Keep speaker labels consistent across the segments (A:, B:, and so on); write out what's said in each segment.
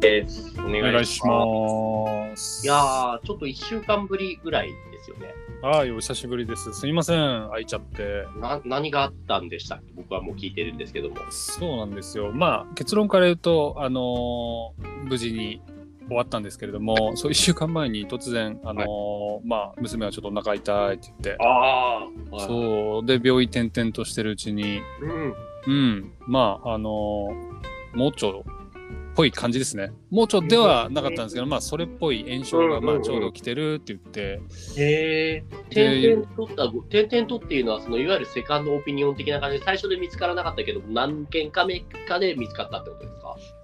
A: です。お
B: お
A: 願
B: 願
A: い
B: い
A: し
B: し
A: ま
B: ます。
A: す。いやー、ちょっと1週間ぶりぐらいですよね。
B: はい、お久しぶりです。すいません、空いちゃって。
A: な何があったんでしたっけ僕はもう聞いてるんですけども。
B: そうなんですよ。まあ、結論から言うと、あのー無事に終わったんですけれども、そう、1週間前に突然、あのーまあ、娘はちょっとお腹痛いって言って、
A: ああう。
B: そう、で、病院転々としてるうちに、
A: うん。
B: うん、まあ、あのー、盲腸っぽい感じですね。盲腸ではなかったんですけど、まあ、それっぽい炎症が、
A: うんうん
B: ま
A: うん
B: あ、ちょうど来てるって言って、
A: へえ。点
B: で
A: 々とった、点々とっていうのは、そのいわゆるセカンドオピニオン的な感じで、最初で見つからなかったけど、何件か目かで見つかったってことですか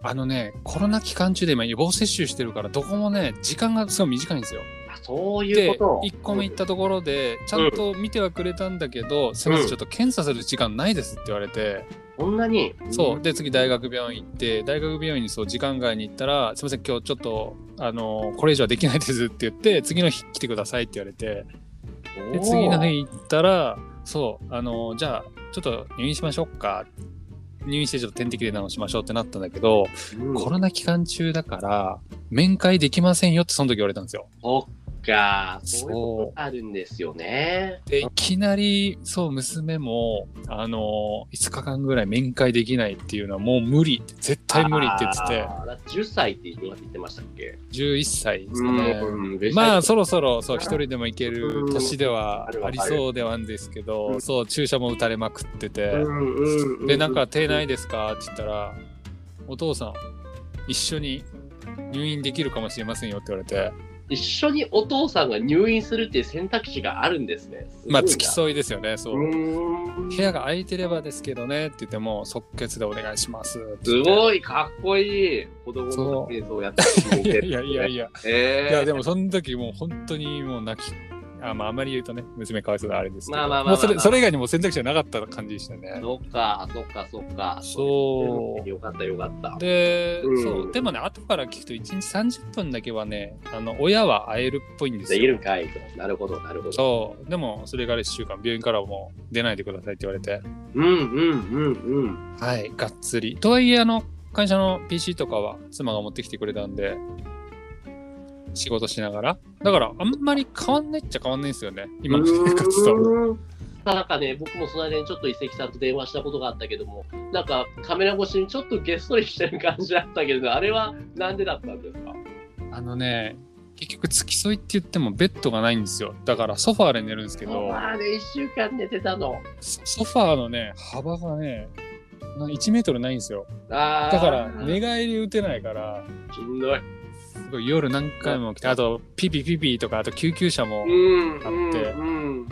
B: あのね、コロナ期間中で今予防接種してるから、どこもね、時間がすごい短いんですよ。
A: あそういう
B: で
A: こと。
B: 1個目行ったところでちゃんと見てはくれたんだけど、すみませんちょっと検査する時間ないですって言われて、
A: こんなに。
B: そうで次大学病院行って大学病院にそう時間外に行ったら「すみません今日ちょっとあのこれ以上はできないです」って言って次の日来てくださいって言われて
A: うん。
B: で次の日行ったらそうあのじゃあちょっと入院しましょうか入院してちょっと点滴で治しましょうってなったんだけど、
A: うん
B: コロナ期間中だから面会できませんよってその時言われたんですよ。
A: そっか、そういう
B: そう
A: ことあるんですよね。
B: でいきなりそう娘もあの5日間ぐらい面会できないっていうのはもう無理って絶対無理って言ってて
A: あーだって10歳って言ってましたっけ
B: 11歳ですかね、
A: うん、うん
B: まあ
A: そ
B: そろそろそう一人でも行ける年では
A: うん
B: ありそうではあるんですけ
A: う
B: ど
A: ん
B: そう注射も打たれまくって
A: う
B: て
A: んうんう
B: でなんか「手ないですか?」って言ったら「お父さん一緒に入院できるかもしれませんよ」って言われて
A: 一緒にお父さんが入院するっていう選択肢があるんですね。すごいな
B: まあ付き添いですよねそうう。
A: ーん
B: 部屋が空いてればですけどねって言っても即決でお願いしますって言
A: す
B: って
A: ごいかっこいい子供のためにそうやって決め
B: い
A: て
B: や
A: る
B: いやいやいや、
A: えー
B: いやでもその時もう本当にもう泣き、あまああまり言うとね、娘かわいそうだあれですけど、
A: まあまあまあまあ
B: もうそれそれ以外にも選択肢がなかった感じでしたね。
A: そっかそっかそっか
B: そう
A: よかったよかった
B: で、
A: うん
B: そうでもね後から聞くと1日30分だけはねあの親は会えるっぽいんです
A: で
B: よ。
A: きるんかいとなるほどなるほど
B: そうでもそれから1週間病院からも出ないでくださいって言われて
A: うんうんうんうん
B: はいがっつりとはいえあの会社の PC とかは妻が持ってきてくれたんで仕事しながらだからあんまり変わんないっちゃ変わんないんですよね今の生活と。
A: うーんなんかね、僕もその間にちょっと遺跡さんと電話したことがあったけども、なんかカメラ越しにちょっとげっそりしてる感じだったけど、あれはなんでだったんですか
B: あのね、結局付き添いって言ってもベッドがないんですよ。だからソファーで寝るんですけど、
A: あれ、1週間寝てたの。
B: ソファーのね、幅がね、な1メートルないんですよ。
A: あー
B: だから寝返り打てないから、
A: しんどい。
B: すごい夜何回も来て、あとピピピピとか、あと救急車も
A: うん、
B: あ
A: うん、
B: って
A: うん。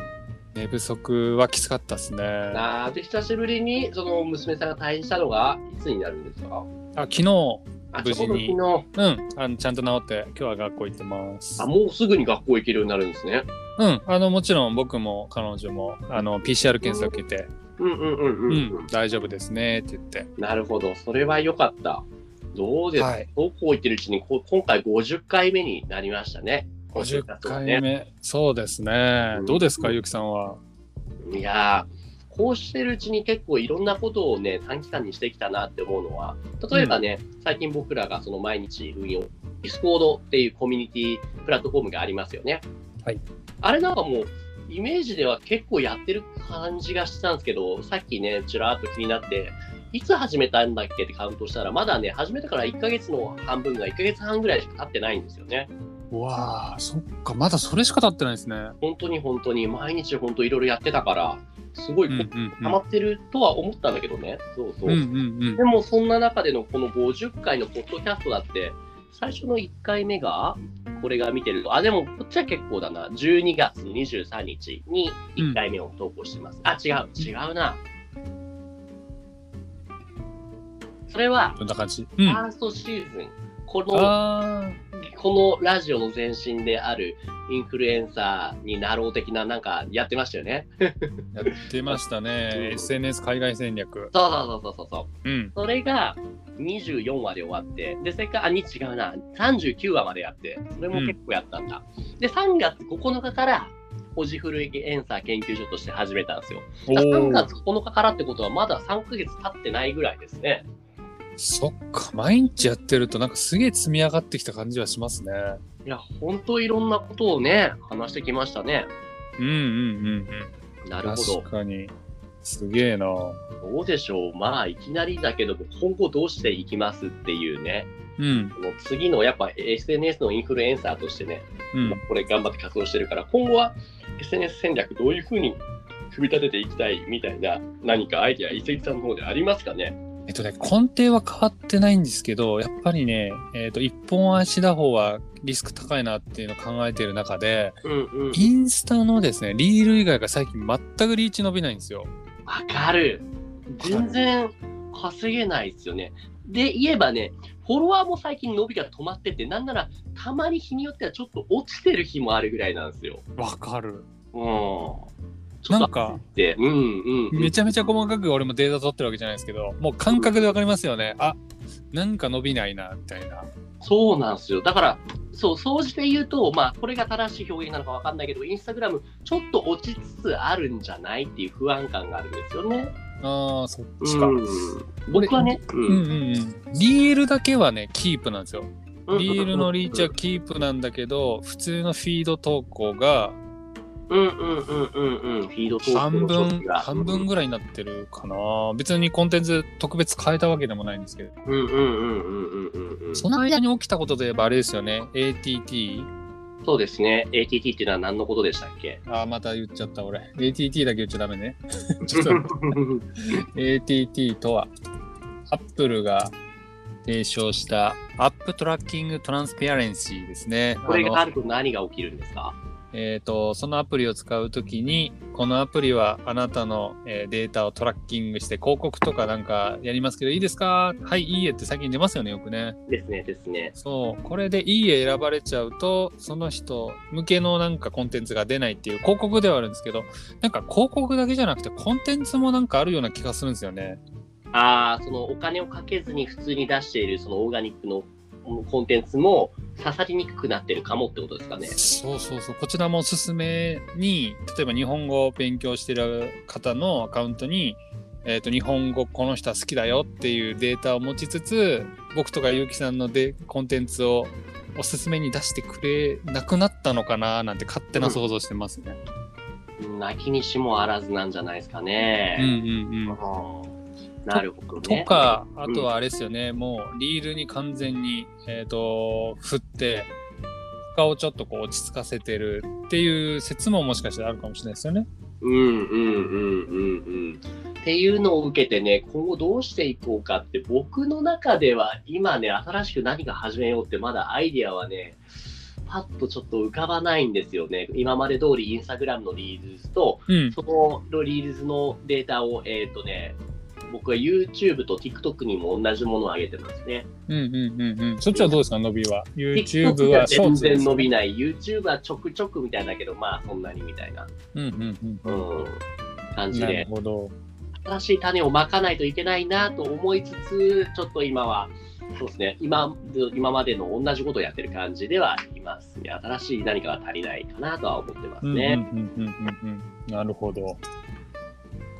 B: 寝不足はきつかったですね。あ、
A: あーで、久しぶりにその娘さんが退院したのがいつになるんですか
B: 昨日、
A: あ、
B: 無事に
A: ちょうど昨
B: うん、あのちゃんと治って、今日は学校行ってます
A: 日。あ、。もうすぐに学校行けるようになるんですね。
B: うん、あの、もちろん僕も彼女も、あの、PCR 検査受けて、
A: うんうんうん
B: う
A: うん。
B: ん、大丈夫ですねって言って。
A: なるほど、それは良かった。どうです
B: はい
A: そうこう言ってるうちに、こ今回50回目になりましたね。
B: 50回
A: ね。
B: 目、そうですね、
A: うん
B: どうですかゆきさんはい
A: やー、こうしてるうちに結構いろんなことをね、短期間にしてきたなって思うのは、例えばね、最近僕らがその毎日運用、ディスコードっていうコミュニティプラットフォームがありますよね。
B: はい。
A: あれなんかもう、イメージでは結構やってる感じがしてたんですけど、さっきね、ちらーっと気になって、いつ始めたんだっけってカウントしたら、まだね、始めてから1ヶ月の半分が1ヶ月半ぐらいしか経ってないんですよね。
B: わあそっかまだそれしか経ってないですね
A: 本当に本当に、毎日本当いろいろやってたから、すごい、
B: うんうんう
A: 溜まってるとは思ったんだけどね。そうそう。
B: んうんうん
A: でもそんな中でのこの50回のポッドキャストだって、最初の1回目が、これが見てると、あ、でもこっちは結構だな。12月23日に1回目を投稿してます。あ、違う、違うな。それは、
B: どんな感じうん
A: フ
B: あ
A: ァーストシーズン、この、
B: あ
A: このラジオの前身であるインフルエンサーになろう的ななんかやってましたよね。
B: ーやってましたね
A: うん
B: SNS 海外戦略
A: そうそうそうそうそう。
B: うん
A: それが24話で終わって、で、せっかく、あ、に違うな、39話までやって、それも結構やったんだ。で、3月9日から、ホジフルエンサー研究所として始めたんですよ。
B: お
A: 3
B: お
A: 月9日からってことは、まだ3ヶ月経ってないぐらいですね。
B: そっか、毎日やってるとなんかすげえ積み上がってきた感じはしますね。
A: いや、本当いろんなことをね、話してきましたね。
B: うんうんうん
A: な
B: う
A: る
B: ん。
A: ほど
B: 確。かに。すげえな。
A: どうでしょう。まあ、いきなりだけども、今後どうしていきますっていうね、
B: うん
A: この次のやっぱ SNS のインフルエンサーとしてね、
B: うん
A: まあ。これ頑張って活動してるから、今後は SNS 戦略どういうふうに組み立てていきたいみたいな何かアイデア、伊勢さんの方でありますかね。
B: えっとね、根底は変わってないんですけど、やっぱりね、えっと、一本足打法はリスク高いなっていうのを考えてる中で、
A: うんうん。
B: インスタのですね、リール以外が最近全くリーチ伸びないんですよ。
A: わかる。全然稼げないですよね。で言えばね、フォロワーも最近伸びが止まってて、なんならたまに日によってはちょっと落ちてる日もあるぐらいなんですよ。
B: わかる。
A: うん。ちょっ
B: な
A: と
B: んか、
A: で、うんうん、うん。
B: めちゃめちゃ細かく俺もデータ取ってるわけじゃないですけど、もう感覚でわかりますよね。あ、なんか伸びないな、みたいな。
A: そうなんですよ。だから、そう、総じて言うと、まあ、これが正しい表現なのかわかんないけど、インスタグラム、ちょっと落ちつつあるんじゃないっていう不安感があるんですよね。
B: ああ、そっちか。
A: うん。僕はね、
B: うんうんうん。リールだけはね、キープなんですよ。
A: うん
B: リールのリーチはキープなんだけど、普通のフィード投稿が
A: うんうんうんうんうん。フィード投稿
B: 半
A: の
B: 分
A: 時、が
B: 半分ぐらいになってるかな。別にコンテンツ特別変えたわけでもないんですけど、
A: うんうんうんうんうんうんうん。
B: その間に起きたことといえばあれですよね、ATT。
A: そうですね。ATT っていうのは何のことでしたっ け
B: あー、また言っちゃった俺。ATT だけ言っちゃダ メね。ちょっと ATT とは、アップルが提唱したアップトラッキングトランスペアレンシーですね。
A: これ
B: あ
A: が
B: の
A: あると何が起きるんですか
B: えー、とそのアプリを使うときにこのアプリはあなたの、えーデータをトラッキングして広告とかなんかやりますけどいいですかはいいいえって最近出ますよねよくね
A: ですね、ですね。
B: そうこれでいいえ選ばれちゃうとその人向けのなんかコンテンツが出ないっていう広告ではあるんですけどなんか広告だけじゃなくてコンテンツもなんかあるような気がするんですよね
A: ああ、そのお金をかけずに普通に出しているそのオーガニックのコンテンツも刺さりにくくなってるかもってことですかね。
B: そうそうそうこちらもおすすめに例えば日本語を勉強してる方のアカウントに、えー、と日本語この人は好きだよっていうデータを持ちつつ僕とか結城さんのでコンテンツをおすすめに出してくれなくなったのかななんて勝手な想像してますね。
A: 泣きにしもあらずなんじゃないですか
B: うん
A: ね。
B: うんうん
A: うんなるほど
B: と
A: ね。
B: かあとはあれですよね、もうリールに完全に、えー、と振って他をちょっとこう落ち着かせてるっていう説ももしかしたらあるかもしれないですよね。
A: うんうんうんうんうん。っていうのを受けてね、今後どうしていこうかって、僕の中では今ね、新しく何か始めようって、まだアイデアはね、パッとちょっと浮かばないんですよね。今まで通りインスタグラムのリールズと、
B: うん、
A: そのリールズのデータを、えっ、とね、僕は YouTube と TikTok にも同じものを上げてますね。
B: うんうんうんうん。そっちはどうですか、伸びは。
A: TikTok
B: YouTube
A: は
B: はショー
A: 全
B: ツで
A: 然
B: す。
A: 伸びない、YouTube はちょくちょくみたいだけど、まあそんなにみたいな、
B: うんうん
A: う、
B: うん
A: 感
B: ん。
A: じ
B: な
A: で
B: る。ほど。
A: 新しい種をまかないといけないなと思いつつ、ちょっと今は、そうですね、今今までの同じことをやってる感じではいますね。新しい何かが足りないかなとは思ってます
B: うんうんうん
A: ね。
B: うんうんうん。なるほど。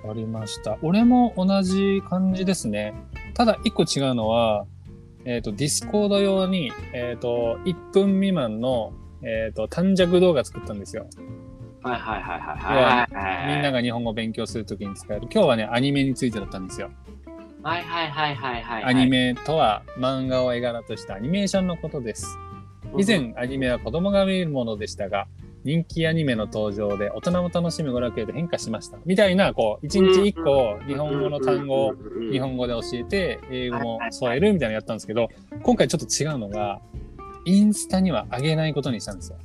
B: わかりました。俺も同じ感じですね。ただ一個違うのは、えっ、と、ディスコード用に、えっ、と、1分未満の、えっ、と、短尺動画作ったんですよ。
A: はいはいはいはいはい。
B: みん
A: が。
B: なが日本語を勉強するときに使える。今日はね、アニメについてだったんですよ。
A: はいはいはいはいはい。
B: アニメとは漫画を絵柄としたアニメーションのことです。以前アニメは子供が見るものでしたが人気アニメの登場で大人も楽しむ娯楽へと変化しましたみたいなこう一日一個日本語の単語を日
A: 日
B: 本語で教えて英語も添えるみたいなのやったんですけど今回ちょっと違うのがインスタには上げないことにしたんですよ。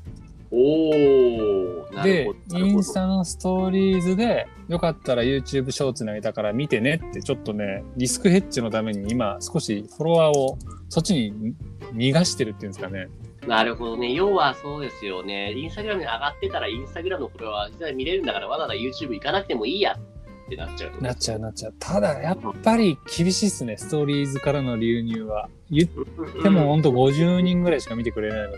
A: おー、なる
B: で
A: ほど。
B: インスタのストーリーズでよかったら YouTube ショーツに上げたから見てねってちょっとねリスクヘッジのために今少しフォロワーをそっちに逃がしてるっていうんですかね。
A: なるほどね。要はそうですよね。インスタグラムに上がってたら、インスタグラムのこれは実際見れるんだから、わざわざ YouTube 行かなくてもいいやってなっちゃうと。
B: なっちゃうなっちゃう。ただやっぱり厳しいっすね、ストーリーズからの流入は。言っ
A: うんうんうん
B: てもほんと50人ぐらいしか見てくれないので、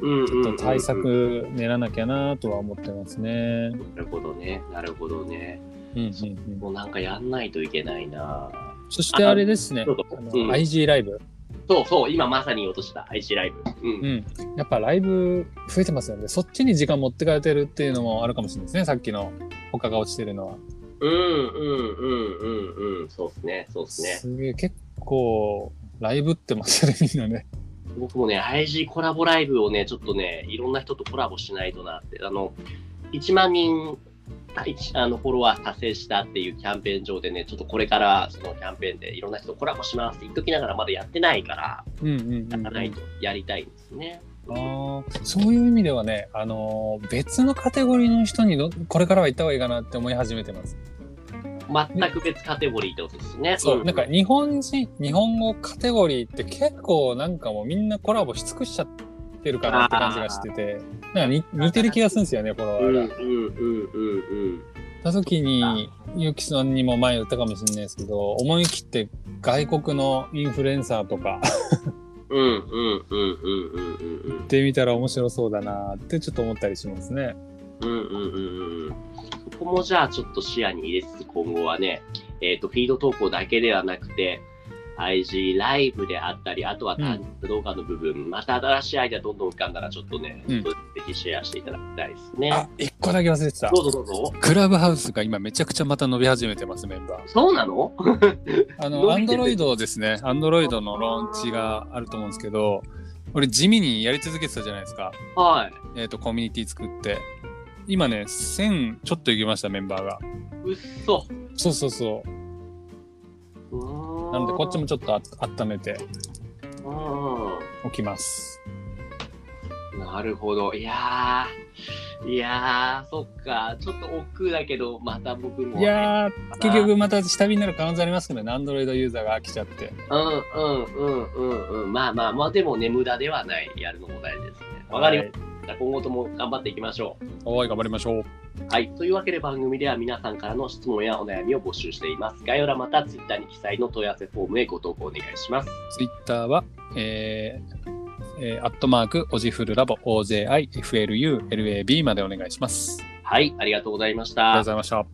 B: ちょっと対策練らなきゃなとは思ってますね。
A: なるほどね、なるほどね。
B: うんうんうん
A: もうなんかやんないといけないな。
B: そしてあれですね、
A: そうだ
B: あの
A: うん
B: IG ライブ、
A: そうそう、今まさに言おうとした IG ライブ。うん
B: うん、やっぱライブ増えてますよね、そっちに時間持ってかれてるっていうのもあるかもしれないですね、さっきの他が落ちてるのは。
A: うんうんうんうんうん、そうですね、そうですね。
B: すげえ、結構、ライブってますね、みんなね。
A: 僕もね、IG コラボライブをね、ちょっとね、いろんな人とコラボしないとなって、あの、1万人、あ一あのフォロワー達成したっていうキャンペーン上でね、ちょっとこれからそのキャンペーンでいろんな人とコラボしますって言っときながらまだやってないから、
B: うんうん、う
A: や
B: ん。
A: らないとやりたいんですね。
B: あーそういう意味ではね、あのー別のカテゴリーの人にどこれからは行った方がいいかなって思い始めてます。
A: 全く別カテゴリーってことですね。
B: そう、なんか日本人、日本語カテゴリーって結構なんかもうみんなコラボし尽くしちゃってるかなって感じがしてて、なんかに似てる気がするんですよね、この
A: うんう
B: が。
A: んうんうん
B: た時に、ゆきさんにも前言ったかもしれないですけど、思い切って外国のインフルエンサーとか
A: うんうんうんうんうんうんうんうん
B: 行ってみたら面白そうだなってちょっと思ったりしますね。
A: うんうんうんうん。そこもじゃあちょっと視野に入れつつ今後はね、えっ、と、フィード投稿だけではなくて、IG ライブであったり、あとは単純動画の部分、また新しいアイデアどんどん浮かんだら、ちょっとね、
B: うん
A: ぜひシェアしていただきたいですね。
B: あ、一個だけ忘れてた
A: ど。うぞどうぞ。
B: クラブハウスが今めちゃくちゃまた伸び始めてます、メンバー。
A: そうなの
B: あ
A: 伸
B: の、アン
A: びて
B: ド
A: る
B: ロイドですね。アンドロイドのローンチがあると思うんですけど、俺地味にやり続けてたじゃないですか。
A: はい。
B: えっ、と、コミュニティ作って。今ね、1000ちょっと行きました、メンバーが。
A: うっそ。
B: そうそうそう。
A: うーん
B: なので、こっちも。ちょっとあ温めて
A: う
B: おきます。
A: ん。なるほど。いやー。いやー、そっか。ちょっと億劫だけど、また僕も、
B: いやー、結局また下火になる可能性ありますけどね、アンドロイドユーザーが飽きちゃって。
A: うんうんうんうんうん。まあまあまあ、でもね、無駄ではない。やるのも大事ですね。わかりま
B: は
A: し
B: い
A: た。今後とも頑張っていきましょう。
B: おい、頑張りましょう。
A: はい。というわけで番組では皆さんからの質問やお悩みを募集しています。概要欄また Twitter に記載の問い合わせフォームへご投稿お願いします。
B: ツイッターは、えーえーアットマーク、オジフルラボ、OJIFLULAB までお願いします。
A: はい。ありがとうございまし
B: ありが
A: た
B: とうご。ざいました。